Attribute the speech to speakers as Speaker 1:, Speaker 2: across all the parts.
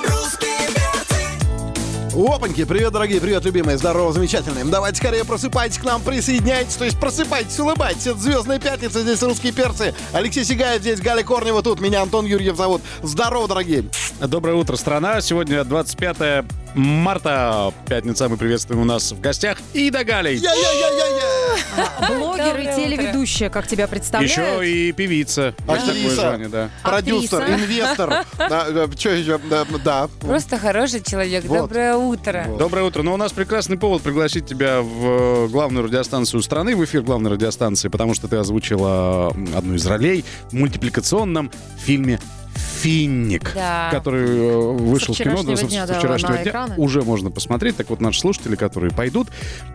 Speaker 1: Русские перцы.
Speaker 2: Опаньки, привет, дорогие, привет, любимые, здорово, замечательные. Давайте скорее просыпайтесь к нам, присоединяйтесь, то есть просыпайтесь, улыбайтесь. Это «Звездная пятница», здесь «Русские перцы». Алексей Сигаев здесь, Галя Корнева тут, меня Антон Юрьев зовут. Здорово, дорогие.
Speaker 3: Доброе утро, страна. Сегодня 25 марта, пятница. Мы приветствуем у нас в гостях Ида Галей.
Speaker 2: Я-я-я-я-я.
Speaker 4: Блогер и
Speaker 5: Доброе утро.
Speaker 4: телеведущая, как тебя представляют?
Speaker 3: Еще и певица. Есть такое
Speaker 2: Актриса.
Speaker 3: звание, да.
Speaker 2: Продюсер,
Speaker 4: Актриса.
Speaker 2: инвестор. Что еще? Да, Да.
Speaker 5: Просто хороший человек.
Speaker 2: Вот.
Speaker 5: Доброе утро.
Speaker 3: Доброе утро. Ну, у нас прекрасный повод пригласить тебя в э, главную радиостанцию страны, в эфир главной радиостанции, потому что ты озвучила м, одну из ролей в мультипликационном фильме «Финник»,
Speaker 5: Да.
Speaker 3: который э, вышел в кино
Speaker 4: вчерашнего
Speaker 3: да, со-
Speaker 4: дня,
Speaker 3: с
Speaker 4: да,
Speaker 3: вчерашнего
Speaker 4: на
Speaker 3: дня.
Speaker 4: экраны.
Speaker 3: Уже можно посмотреть. Так вот, наши слушатели, которые пойдут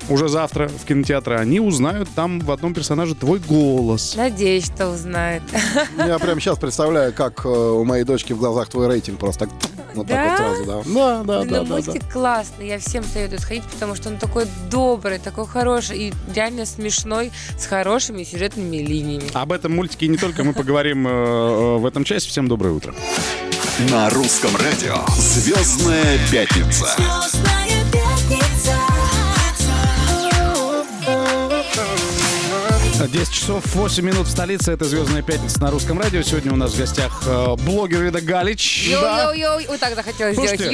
Speaker 3: уже завтра в кинотеатры, они узнают там в одном персонаже твой голос.
Speaker 5: Надеюсь, что узнает.
Speaker 2: Я прямо сейчас представляю, как э, у моей дочки в глазах твой рейтинг просто так, вот так вот
Speaker 5: Да?
Speaker 2: сразу, да. Да, да, да,
Speaker 5: Ну,
Speaker 2: да, да.
Speaker 5: мультик классный. Я всем советую сходить, потому что он такой добрый, такой хороший и реально смешной, с хорошими сюжетными линиями.
Speaker 2: А,
Speaker 3: Об этом мультике не только мы поговорим э, э, в этом часе. Всем доброе утро.
Speaker 6: На русском радио «Звездная пятница».
Speaker 1: Звездная пятница.
Speaker 3: 10 часов 8 минут в столице. Это «Звездная пятница» на Русском радио. Сегодня у нас в гостях э, блогер Ида Галич.
Speaker 5: Йоу-йоу-йоу. Вот так захотелось сделать.
Speaker 3: Слушайте,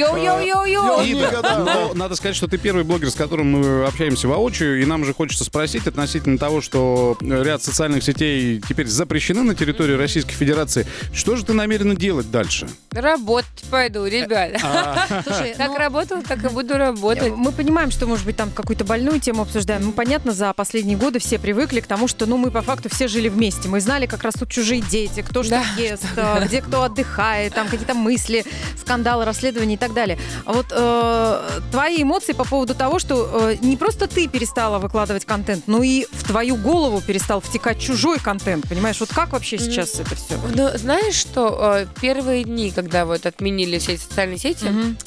Speaker 2: Йоу.
Speaker 5: Йоу-йоу-йоу-йоу.
Speaker 3: Ида,
Speaker 2: Да.
Speaker 3: но надо сказать, что ты первый блогер, с которым мы общаемся воочию, и нам же хочется спросить относительно того, что ряд социальных сетей теперь запрещены на территории Российской Федерации. Что же ты намерена делать дальше?
Speaker 5: Работать пойду,
Speaker 2: Э,
Speaker 5: ребята.
Speaker 2: а.
Speaker 4: Слушай,
Speaker 5: Как
Speaker 4: ну,
Speaker 5: работала, так и буду работать.
Speaker 4: Мы понимаем, что, может быть, там какую-то больную тему обсуждаем. Ну, понятно, за последние годы все привыкли к тому, что, ну, мы по факту все жили вместе. Мы знали как раз тут чужие дети, кто что
Speaker 5: Да.
Speaker 4: ест, э, где кто отдыхает, там какие-то мысли, скандалы, расследования и так далее. А вот э, твои эмоции по поводу того, что э, не просто ты перестала выкладывать контент, но и в твою голову перестал втекать чужой контент, понимаешь? Вот как вообще сейчас это все?
Speaker 5: Ну, знаешь, что э, первые дни, когда вот отменили все эти социальные сети,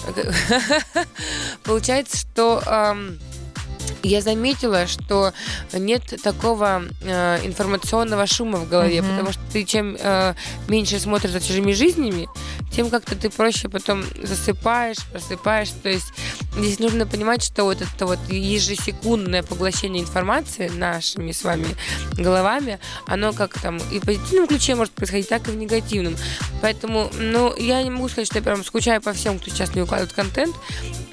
Speaker 5: получается, что эм, я заметила, что нет такого э, информационного шума в голове,
Speaker 4: Мгм.
Speaker 5: потому что ты чем э, меньше смотришь за чужими жизнями, тем как-то ты проще потом засыпаешь, просыпаешься. То есть здесь нужно понимать, что вот это вот ежесекундное поглощение информации нашими с вами головами, оно как там и ну, в позитивном ключе может происходить, так и в негативном. Поэтому, ну, я не могу сказать, что я прям скучаю по всем, кто сейчас не укладывает контент,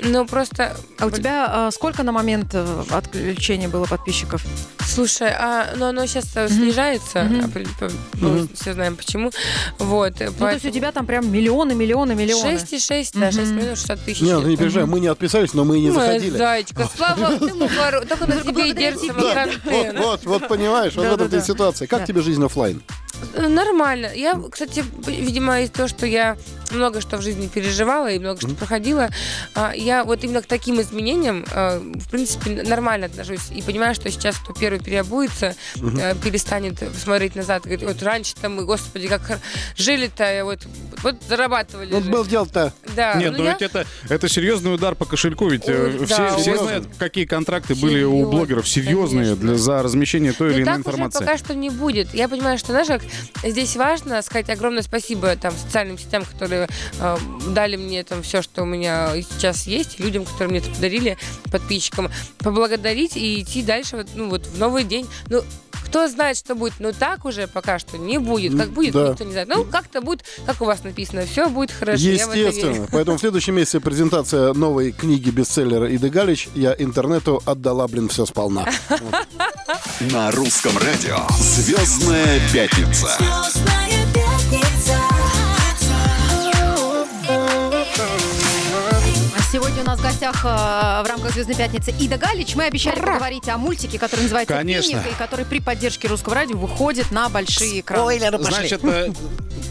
Speaker 5: но просто...
Speaker 4: А у тебя э, сколько на момент э, отключения было подписчиков? Ну,
Speaker 5: Слушай, а, ну оно сейчас
Speaker 4: Мгм.
Speaker 5: снижается, а,
Speaker 4: Мгм.
Speaker 5: ну, все знаем почему. Вот,
Speaker 4: Ну, то есть у тебя там прям миллионы, миллионы, миллионы.
Speaker 5: 6,6, да, 6
Speaker 4: Мгм.
Speaker 5: миллионов 60 тысяч.
Speaker 2: Не, не переживай, мы не отписались, но мы и не
Speaker 5: Моя
Speaker 2: заходили.
Speaker 5: зайчка, слава ты мой хоро- Только на тебе и держится мой
Speaker 2: Вот,
Speaker 5: контент.
Speaker 2: вот, вот понимаешь, вот в
Speaker 4: Да-да-да.
Speaker 2: этой ситуации. Как
Speaker 4: Да.
Speaker 2: тебе жизнь оффлайн?
Speaker 5: Э, Нормально. Я, кстати, видимо, из-за того, что я много что в жизни переживала и много что проходила, а, я вот именно к таким изменениям, а, в принципе, нормально отношусь. И понимаю, что сейчас кто первый переобуется, а, перестанет смотреть назад и говорить, вот раньше-то мы, господи, как хор- жили-то, вот, вот зарабатывали.
Speaker 2: Вот
Speaker 5: же».
Speaker 2: был дело-то.
Speaker 5: Да,
Speaker 3: Нет,
Speaker 5: ну
Speaker 3: но
Speaker 5: я-
Speaker 3: ведь это, это серьезный удар по кошельку, ведь э,
Speaker 5: Ой,
Speaker 3: все,
Speaker 5: да,
Speaker 3: все
Speaker 2: ужасно.
Speaker 3: знают, какие контракты были у
Speaker 5: Серьезно,
Speaker 3: блогеров серьезные
Speaker 5: конечно.
Speaker 3: для, за размещение той
Speaker 5: Ну,
Speaker 3: или
Speaker 5: так
Speaker 3: иной
Speaker 5: уже
Speaker 3: информации.
Speaker 5: пока что не будет. Я понимаю, что, знаешь, как здесь важно сказать огромное спасибо там социальным сетям, которые э, дали мне там все, что у меня и сейчас есть, людям, которые мне это подарили, подписчикам, поблагодарить и идти дальше вот, ну, вот в новый день. Ну, кто знает, что будет, но так уже пока что не будет. Как
Speaker 2: М,
Speaker 5: будет,
Speaker 2: да.
Speaker 5: никто не знает. Ну, как-то будет, как у вас написано, все будет хорошо. я в это верю.
Speaker 2: Естественно. Поэтому в следующем месяце презентация новой книги бестселлера Иды Галич. Я интернету отдала, блин, все сполна.
Speaker 6: На русском радио «Звездная пятница».
Speaker 1: Звездная пятница.
Speaker 7: А Сегодня у нас в гостях э, в рамках «Звездной пятницы» Ида Галич. Мы обещали поговорить о мультике, который называется
Speaker 3: Конечно.
Speaker 7: «Финик», и который при поддержке Русского радио выходит на большие экраны.
Speaker 3: Значит, э,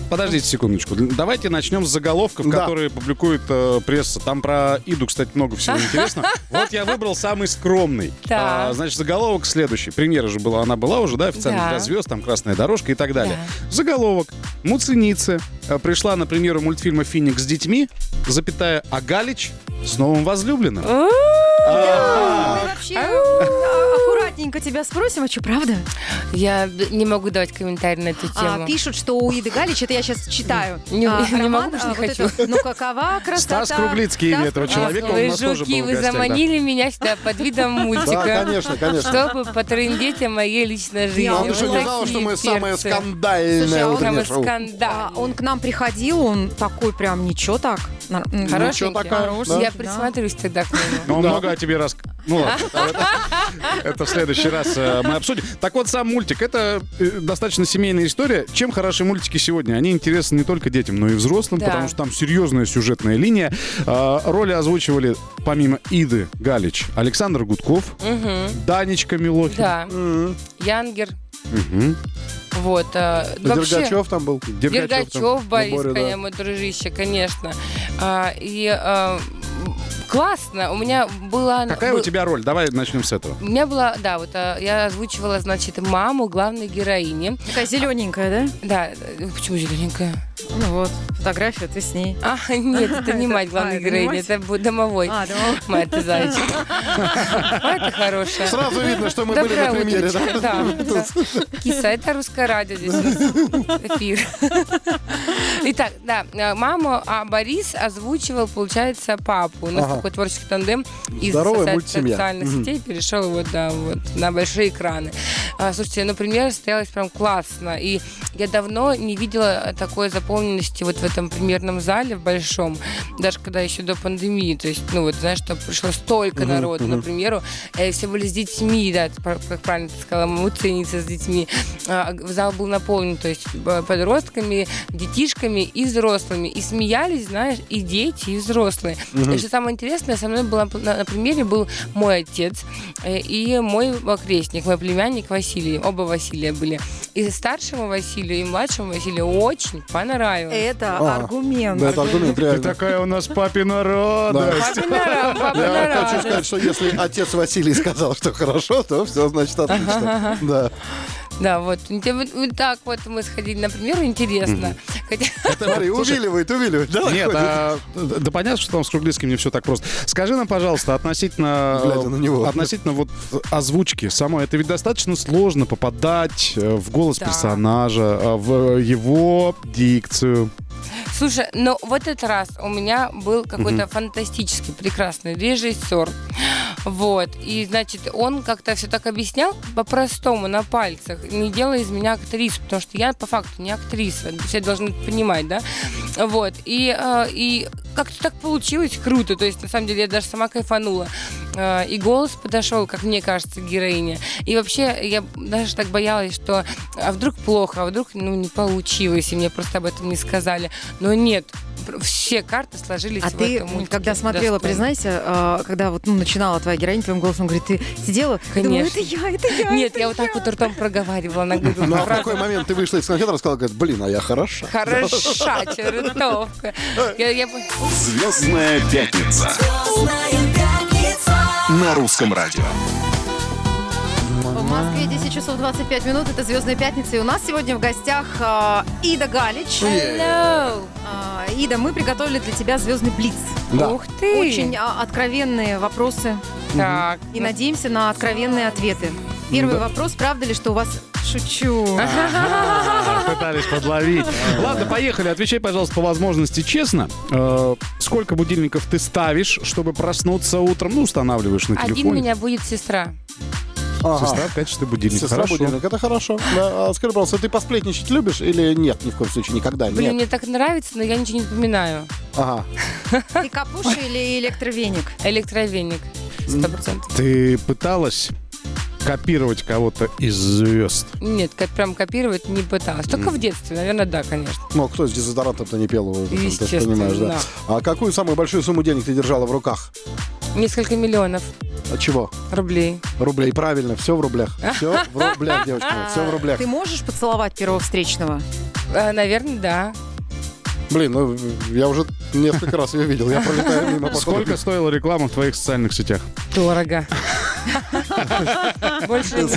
Speaker 3: Подождите секундочку. Давайте начнем с заголовков,
Speaker 2: Да.
Speaker 3: которые публикует э, пресса. Там про Иду, кстати, много всего интересного. Вот я выбрал самый скромный.
Speaker 5: Так.
Speaker 3: А, Значит, заголовок следующий. Премьера же была, она была уже, да, официально
Speaker 5: Да.
Speaker 3: для звезд, там красная дорожка и так далее. Заголовок. Муценицы э, пришла на премьеру мультфильма «Феникс» с детьми, запятая, а Галич с новым возлюбленным.
Speaker 2: А?
Speaker 3: А,
Speaker 4: Мы вообще а, аккуратненько тебя спросим, а что, правда?
Speaker 5: Я б- не могу давать комментарий на эту
Speaker 4: А,
Speaker 5: тему.
Speaker 4: пишут, что у Иды Галич, это я сейчас читаю.
Speaker 5: Не-
Speaker 4: а,
Speaker 5: не
Speaker 4: роман,
Speaker 5: могу,
Speaker 4: а,
Speaker 5: что не
Speaker 4: вот
Speaker 5: хочу.
Speaker 4: это, ну какова красота.
Speaker 3: Стас Круглицкий имя
Speaker 4: Стас
Speaker 3: этого
Speaker 4: Круглицкий.
Speaker 3: человека. он у
Speaker 5: Вы,
Speaker 3: нас тоже
Speaker 5: жуки,
Speaker 3: был в
Speaker 5: вы
Speaker 3: гостях, да.
Speaker 5: заманили меня сюда под видом
Speaker 2: Да,
Speaker 5: мультика.
Speaker 2: конечно, конечно.
Speaker 5: Чтобы потрындеть о моей личной жизни.
Speaker 2: А он
Speaker 5: Вы
Speaker 2: еще не знал,
Speaker 5: такие а
Speaker 2: что мы самое
Speaker 5: перцы.
Speaker 2: скандальное
Speaker 5: Самый
Speaker 2: утреннее шоу.
Speaker 4: А,
Speaker 5: скандал.
Speaker 4: он к нам приходил, он такой прям ничего так. нар- м,
Speaker 5: хороший.
Speaker 4: Хорошенький,
Speaker 5: Я
Speaker 4: да.
Speaker 5: присмотрюсь тогда к нему.
Speaker 3: Но он много о тебе рас... Ну ладно, это, это в следующий раз э, мы обсудим. Так вот, сам мультик. Это э, достаточно семейная история. Чем хороши мультики сегодня? Они интересны не только детям, но и взрослым,
Speaker 5: Да.
Speaker 3: потому что там серьезная сюжетная линия. Э, Роли озвучивали, помимо Иды Галич, Александр Гудков,
Speaker 5: Мгм.
Speaker 3: Данечка Милохин.
Speaker 5: Да. Янгер. Вот. а, Вообще.
Speaker 2: Дергачев там был.
Speaker 3: Дергачев там.
Speaker 5: Дергачев Борис,
Speaker 2: наборе, да.
Speaker 5: конечно, мой дружище, конечно. А, и а, м, классно. У меня была...
Speaker 3: Какая
Speaker 5: был-
Speaker 3: у тебя роль? Давай начнем с этого.
Speaker 5: У меня была, да, вот а, я озвучивала, значит, маму главной героини.
Speaker 4: Такая зелененькая, да?
Speaker 5: Да, э, почему зелененькая?
Speaker 4: Ну вот, фотография, ты с ней.
Speaker 5: А, нет, это не
Speaker 4: Это-
Speaker 5: мать
Speaker 4: а,
Speaker 5: главной
Speaker 4: это не
Speaker 5: героини,
Speaker 4: мать?
Speaker 5: это бу- домовой.
Speaker 4: А, да.
Speaker 5: Мать, ты зайчик. А, Это хорошая.
Speaker 2: Сразу видно, что мы были на
Speaker 5: Доброе
Speaker 2: премьере. да?
Speaker 5: утречко, да, да. Киса, это русское радио здесь у нас эфир. Итак, да, э, маму, а Борис озвучивал, получается, папу. У нас
Speaker 2: Ага.
Speaker 5: такой творческий тандем из
Speaker 2: Здоровая
Speaker 5: соци-
Speaker 2: мультсемья.
Speaker 5: социальных сетей перешел вот, да, вот, на большие экраны. А, Слушайте, ну, премьера состоялась прям классно. И я давно не видела такой заполненности вот в этом премьерном зале, в большом, даже когда еще до пандемии. То есть, ну, вот, знаешь, что пришло столько народу на премьеру, э, все были с детьми, да, ты пар- как правильно ты сказала, муценицы с детьми. А, г- Зал был наполнен, то есть б- подростками, детишками и взрослыми. И смеялись, знаешь, и дети, и взрослые. И что самое интересное, со мной была на, на примере был мой отец э, и мой крестник, мой племянник Василий. Оба Василия были. И старшему Василию, и младшему Василию очень понравилось.
Speaker 4: Это
Speaker 2: А,
Speaker 4: аргумент.
Speaker 2: Да, это аргумент, реально.
Speaker 3: такая у нас папина радость.
Speaker 5: Папина ра- папина
Speaker 2: Я
Speaker 5: радость.
Speaker 2: хочу сказать, что если отец Василий сказал, что хорошо, то все значит отлично. Да.
Speaker 5: Да, вот. Те- Вот вот так вот мы сходили на премьеру, интересно. Хотя
Speaker 2: Смотри, увиливает, увиливает. Давай,
Speaker 3: Нет,
Speaker 2: Коля.
Speaker 3: а, да, да понятно, что там с Круглицким не все так просто. Скажи нам, пожалуйста, относительно,
Speaker 2: Глядя на него.
Speaker 3: относительно вот озвучки самой, это ведь достаточно сложно попадать э, в голос
Speaker 5: Да.
Speaker 3: персонажа, э, в его дикцию.
Speaker 5: Слушай, но в этот раз у меня был какой-то фантастический, прекрасный режиссер. Вот. И, значит, он как-то все так объяснял по-простому, на пальцах, не делая из меня актрису, потому что я по факту не актриса. Все должны это понимать, да? Вот. И, э, и как-то так получилось круто. То есть, на самом деле, я даже сама кайфанула. Э, И голос подошел, как мне кажется, к героине. И вообще, я даже так боялась, что а вдруг плохо, а вдруг ну, не получилось, и мне просто об этом не сказали. Но нет, пр- все карты сложились
Speaker 4: А
Speaker 5: в
Speaker 4: ты,
Speaker 5: этом мультике
Speaker 4: когда смотрела,
Speaker 5: достойно.
Speaker 4: признайся, а, когда вот ну, начинала твоя героиня твоим голосом, говорит, ты сидела, и думала,
Speaker 5: Конечно.
Speaker 4: это я, это я.
Speaker 5: Нет,
Speaker 4: это
Speaker 5: я вот так вот ртом проговаривала на грудь.
Speaker 2: Ну а в какой момент ты вышла из кинотеатра и сказала, говорит, блин, а я хороша.
Speaker 5: Хороша чертовка. Я- я-
Speaker 6: Звездная пятница
Speaker 1: Звездная пятница.
Speaker 6: на русском радио.
Speaker 7: В Москве 10 часов 25 минут. Это «Звездная пятница». И у нас сегодня в гостях э, Ида Галич.
Speaker 5: Hello.
Speaker 4: А, Ида, мы приготовили для тебя звездный блиц.
Speaker 5: Ух ты.
Speaker 4: Очень а, откровенные вопросы
Speaker 5: Так.
Speaker 4: и надеемся на откровенные ответы. Первый вопрос, правда ли, что у вас шучу?
Speaker 3: Пытались подловить. Ладно, поехали. Отвечай, пожалуйста, по возможности честно. Э, Сколько будильников ты ставишь, чтобы проснуться утром? Ну, устанавливаешь на
Speaker 5: Один
Speaker 3: телефоне.
Speaker 5: у меня будет сестра.
Speaker 2: Ага.
Speaker 3: Сестра в качестве будильника.
Speaker 2: Сестра
Speaker 3: Хорошо.
Speaker 2: будильник, это хорошо. Да. А Скажи, пожалуйста, ты посплетничать любишь или нет, ни в коем случае, никогда?
Speaker 5: Блин,
Speaker 2: Нет.
Speaker 5: мне так нравится, но я ничего не запоминаю.
Speaker 2: Ага.
Speaker 4: Ты капуша или электровеник?
Speaker 5: Электровеник. Сто процентов.
Speaker 3: Ты пыталась копировать кого-то из звезд?
Speaker 5: Нет, как прям копировать не пыталась. Только в детстве, наверное, да, конечно.
Speaker 2: Ну, а кто с дезодорантом-то не пел? его, Ты же
Speaker 5: Естественно,
Speaker 2: понимаешь, да. А какую самую большую сумму денег ты держала в руках?
Speaker 5: Несколько миллионов
Speaker 2: От чего?
Speaker 5: рублей.
Speaker 2: Рублей, правильно, все в рублях. Все в рублях, девочка, все в рублях.
Speaker 4: Ты можешь поцеловать первого встречного?
Speaker 5: А, Наверное, да.
Speaker 2: Блин, ну я уже несколько раз ее видел. Я пролетаю мимо походу.
Speaker 3: Сколько стоила реклама в твоих социальных сетях?
Speaker 5: Дорого. Больше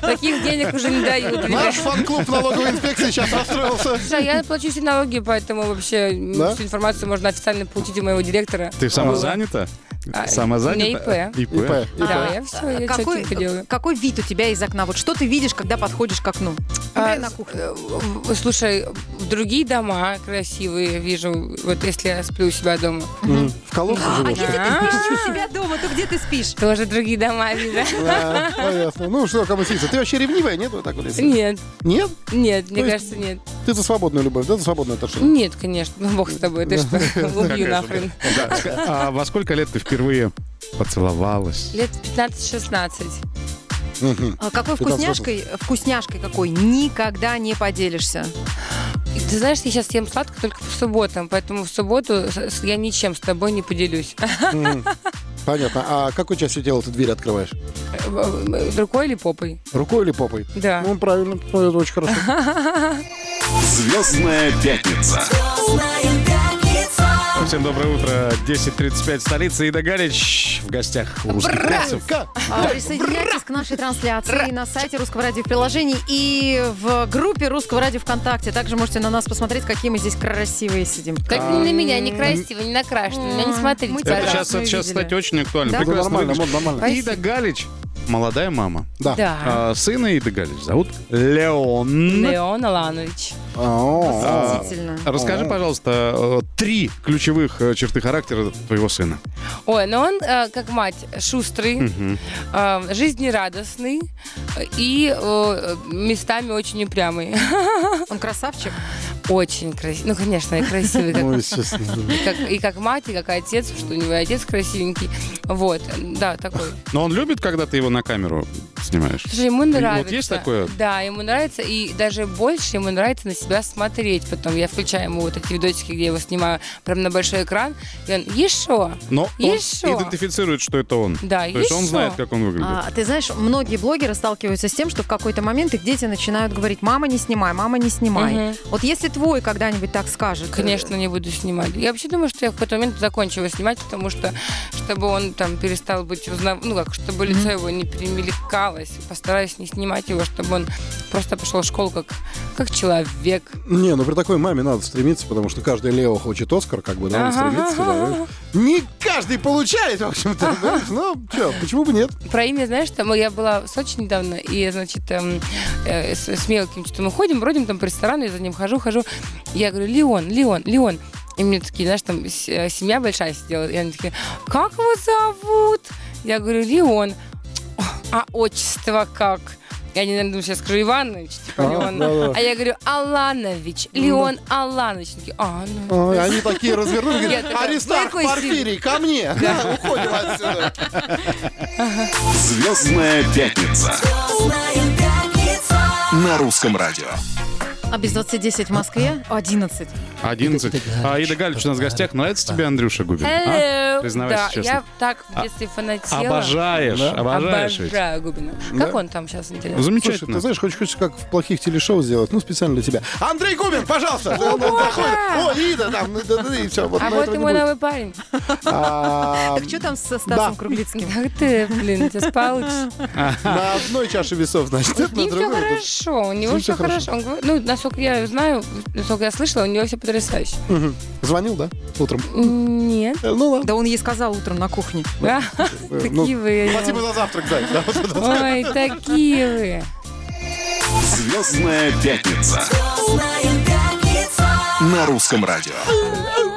Speaker 5: таких денег уже не дают.
Speaker 2: Наш
Speaker 5: ребят.
Speaker 2: фан-клуб налоговой инспекции сейчас расстроился.
Speaker 5: Слушай, а я плачу все налоги, поэтому вообще м,
Speaker 2: Да?
Speaker 5: всю информацию можно официально получить у моего директора.
Speaker 3: Ты сама занята?
Speaker 5: А,
Speaker 3: Сама
Speaker 5: у
Speaker 3: занята?
Speaker 5: меня
Speaker 3: ИП.
Speaker 2: ИП.
Speaker 5: Да, я все, я
Speaker 4: А Какой,
Speaker 5: чётенько делаю.
Speaker 4: какой вид у тебя из окна? Вот что ты видишь, когда подходишь к окну?
Speaker 5: А,
Speaker 4: Например, на кухне.
Speaker 5: э, в- Слушай, в другие дома красивые вижу, вот если я сплю у себя дома.
Speaker 2: Мгм. В колодце
Speaker 4: А
Speaker 2: живешь?
Speaker 4: если ты спишь у себя дома, то где ты спишь?
Speaker 5: Тоже другие дома вижу.
Speaker 2: Да, понятно. Ну что, комиссийца, ты вообще ревнивая, нет? Вот так вот, если-
Speaker 5: Нет,
Speaker 2: Нет?
Speaker 5: нет, мне
Speaker 2: То есть-
Speaker 5: кажется, нет.
Speaker 2: Ты за свободную любовь, да, за свободное отношение?
Speaker 5: Нет, конечно, ну бог с тобой, ты что, убью нахрен.
Speaker 3: Да. Ск- А во сколько лет ты впервые поцеловалась?
Speaker 5: Лет 15-16.
Speaker 2: Мгм.
Speaker 4: А
Speaker 2: 15
Speaker 4: Какой вкусняшкой, вкусняшкой какой никогда не поделишься?
Speaker 5: И Ты знаешь, я сейчас ем сладко только по субботам, поэтому в субботу с- с- я ничем с тобой не поделюсь. Э,
Speaker 2: Мгм. Понятно. А какой частью тела ты дверь открываешь?
Speaker 5: Рукой э, или попой?
Speaker 2: Рукой или попой?
Speaker 5: Да.
Speaker 2: Ну, правильно, ну, это очень хорошо.
Speaker 6: Звездная пятница.
Speaker 1: Звездная пятница.
Speaker 3: Всем доброе утро. 10.35 столица. Ида Галич в гостях у русских перцев.
Speaker 7: А, Присоединяйтесь к нашей трансляции на сайте Русского радио в приложении и в группе Русского радио ВКонтакте. Также можете на нас посмотреть, какие мы здесь красивые сидим.
Speaker 5: Только не на меня, некрасиво, не накрашено. Меня не смотрите,
Speaker 7: Мы тебя
Speaker 3: Это
Speaker 7: Да,
Speaker 3: сейчас,
Speaker 7: мы
Speaker 3: это сейчас,
Speaker 7: видели.
Speaker 3: кстати, очень актуально.
Speaker 7: Да?
Speaker 2: Ну,
Speaker 3: Прекрасно
Speaker 2: нормально,
Speaker 3: выглядишь.
Speaker 2: мод нормально.
Speaker 3: Ида Галич. Молодая мама.
Speaker 2: Да.
Speaker 5: Да.
Speaker 3: А, сына Иды Галич зовут Леон.
Speaker 5: Леон Аланович.
Speaker 2: А,
Speaker 4: Восхитительно.
Speaker 3: Расскажи, пожалуйста, э, три ключевых э, черты характера твоего сына.
Speaker 5: Ой, но он, э, как мать, шустрый, э, жизнерадостный э, и э, местами очень упрямый.
Speaker 4: Он красавчик.
Speaker 5: Очень красивый. Ну, конечно, и красивый, как
Speaker 2: Ну, естественно.
Speaker 5: и как, и как мать, и как отец, потому что у него и отец красивенький. Вот, да, такой.
Speaker 3: Но он любит, когда ты его на камеру снимаешь.
Speaker 5: Слушай, ему нравится.
Speaker 3: ну есть такое?
Speaker 5: Да, ему нравится, и даже больше ему нравится на себя смотреть. Потом я включаю ему вот эти видосики, где я его снимаю прям на большой экран, и он, еще.
Speaker 3: Но он
Speaker 5: Еще.
Speaker 3: идентифицирует, что это он.
Speaker 5: Да,
Speaker 3: То есть он
Speaker 5: еще.
Speaker 3: знает, как он выглядит.
Speaker 4: А, ты знаешь, многие блогеры сталкиваются с тем, что в какой-то момент их дети начинают говорить: мама, не снимай, мама, не снимай.
Speaker 5: Мгм.
Speaker 4: Вот если твой когда-нибудь так скажет. э,
Speaker 5: Конечно, не буду снимать. Я вообще думаю, что я в какой-то момент закончу его снимать, потому что, чтобы он там перестал быть узнав... Ну, как, чтобы лицо его не перемелькалось. Постараюсь не снимать его, чтобы он просто пошел в школу как, как человек.
Speaker 2: Не, ну при такой маме надо стремиться, потому что каждый Лео хочет Оскар, как бы, да, он
Speaker 5: Ага.
Speaker 2: стремится. да. Не каждый получает, в общем-то. знаешь, Ну, чё, почему бы нет?
Speaker 5: Про имя, знаешь, там я была в Сочи недавно, и, значит, эм, э, с, с мелким что-то мы ходим, бродим там по ресторану, я за ним хожу, хожу. Я говорю, Леон, Леон, Леон. И мне такие, знаешь, там с- э, семья большая сидела, и они такие, как его зовут? Я говорю, Леон. А отчество как? Я не, наверное, сейчас скажу Иванович, типа
Speaker 2: А,
Speaker 5: Леон.
Speaker 2: да-да.
Speaker 5: А я говорю, Аланович, Леон Аланович. Они такие, а, ну,
Speaker 2: Ой, Они такие развернули,
Speaker 5: Я
Speaker 2: говорят,
Speaker 5: такая,
Speaker 2: Аристарх
Speaker 5: какой сильный».
Speaker 2: Порфирий, ко мне. Да, Уходим отсюда.
Speaker 6: Звездная пятница.
Speaker 1: Звездная пятница.
Speaker 6: На русском радио.
Speaker 7: А без 20.10 в Москве?
Speaker 4: 11.
Speaker 3: 11. А Ида Галич у нас в гостях. Нравится тебе Андрюша Губин? а?
Speaker 5: Hello.
Speaker 3: Признавайся
Speaker 5: да,
Speaker 3: честно. А,
Speaker 5: я так в детстве фанатела.
Speaker 3: Обожаешь, обожаешь ведь.
Speaker 5: Обожаю Губина. Как он там сейчас,
Speaker 2: Ну,
Speaker 5: интересно?
Speaker 3: Замечательно.
Speaker 2: Слушай, ты знаешь, хочешь, хочешь как в плохих телешоу сделать? Ну, специально для тебя. Андрей Губин, пожалуйста. Он доходит. О, Ида, там, ну, да, да, и все.
Speaker 5: А вот и мой новый парень.
Speaker 2: А,
Speaker 4: Так что там со
Speaker 2: Да.
Speaker 4: Стасом Круглицким?
Speaker 5: Как ты, блин, у тебя все получится.
Speaker 2: На одной чаше весов, значит,
Speaker 5: С
Speaker 2: это на
Speaker 5: ним все
Speaker 2: другой. это-
Speaker 5: хорошо, у
Speaker 2: С
Speaker 5: него
Speaker 2: ним всё
Speaker 5: все хорошо. Он говорит, ну, насколько я знаю, насколько я слышала, у него все потрясающе.
Speaker 2: Звонил, да, утром?
Speaker 5: Нет.
Speaker 2: Э, Ну ладно.
Speaker 4: Да он ей сказал утром на кухне.
Speaker 5: Да?
Speaker 2: Э, ну,
Speaker 5: Такие вы.
Speaker 2: Спасибо за завтрак, Зай. Да, вот это.
Speaker 5: Ой, такие
Speaker 6: Звездная пятница.
Speaker 1: Звездная пятница.
Speaker 6: На русском радио.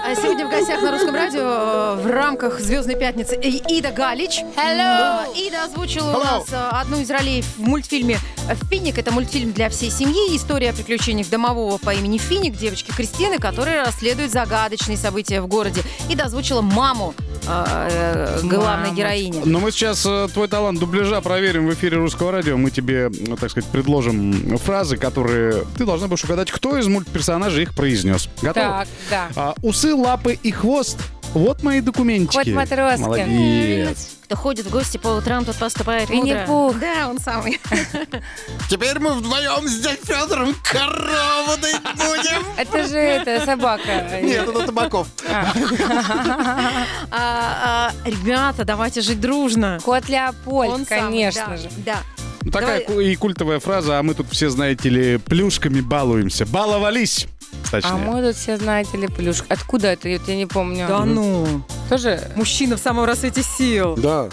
Speaker 7: А сегодня в гостях на Русском радио э, в рамках «Звездной пятницы» и- Ида Галич. Э, Ида озвучила у
Speaker 2: Hello.
Speaker 7: нас э, одну из ролей в мультфильме «Финик». Это мультфильм для всей семьи. История о приключениях домового по имени Финик, девочки Кристины, которая расследует загадочные события в городе. Ида озвучила маму э, э, главной
Speaker 5: Мамочку.
Speaker 7: героини.
Speaker 3: Но мы сейчас э, твой талант дубляжа проверим в эфире Русского радио. Мы тебе, ну, так сказать, предложим фразы, которые ты должна
Speaker 2: А
Speaker 3: будешь угадать, кто из мультперсонажей их произнес.
Speaker 5: вы.
Speaker 3: Готов?
Speaker 5: Так, да.
Speaker 3: А, усы, лапы и хвост Вот мои документики.
Speaker 5: Кот Матроскин.
Speaker 3: Молодец.
Speaker 7: Кто ходит в гости по утрам, тот поступает мудро.
Speaker 5: Винни-Пух.
Speaker 7: Да, он самый.
Speaker 2: Теперь мы вдвоем с дядей Федором корову дать будем.
Speaker 5: Это же это собака.
Speaker 2: Нет, это Табаков.
Speaker 7: А, а, Ребята, давайте жить дружно.
Speaker 5: Кот Леопольд,
Speaker 7: Он самый,
Speaker 5: конечно
Speaker 7: да,
Speaker 5: же.
Speaker 7: Да.
Speaker 3: Ну, Такая
Speaker 7: Давай.
Speaker 3: ку- и культовая фраза, а мы тут все, знаете ли, плюшками балуемся. Баловались! Точнее.
Speaker 5: А мы тут все, знаете ли, плюшка. Откуда это? Вот Я не помню.
Speaker 4: Да ну,
Speaker 5: Тоже?
Speaker 4: мужчина в самом рассвете сил.
Speaker 2: Да,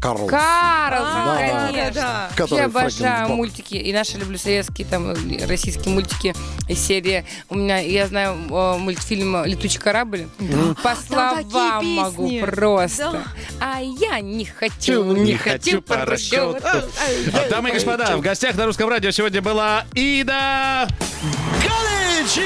Speaker 2: коров.
Speaker 5: Карл,
Speaker 2: да,
Speaker 5: конечно.
Speaker 4: А, да.
Speaker 5: Я обожаю мультики, и наши люблю советские, там, э, российские мультики из серии. У меня, я знаю э, мультфильм «Летучий корабль». По
Speaker 7: А Там
Speaker 5: словам
Speaker 7: такие
Speaker 5: могу
Speaker 7: песни.
Speaker 5: просто. А я не хочу,
Speaker 3: Не хочу по расчету. А, Дамы и господа, в гостях на русском радио сегодня была Ида.
Speaker 2: Галич! И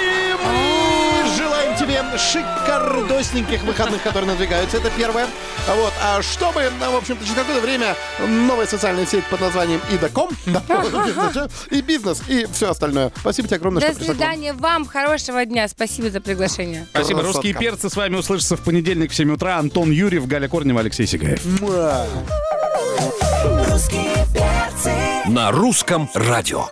Speaker 2: мы желаем тебе шикардосненьких выходных, которые надвигаются. Это первое. А Вот. А чтобы, ну, в общем-то, через какое-то время новая социальная сеть под названием Идаком. Да. И бизнес, и все остальное. Спасибо тебе огромное,
Speaker 5: До
Speaker 2: что пришла. к нам.
Speaker 5: свидания вам, хорошего дня. Спасибо за приглашение.
Speaker 3: Спасибо,
Speaker 2: Красотка.
Speaker 3: русские перцы. С вами услышатся в понедельник в 7 утра. Антон Юрьев, Галя Корнева, Алексей Сигаев.
Speaker 2: Муа.
Speaker 1: русские перцы.
Speaker 8: На русском радио.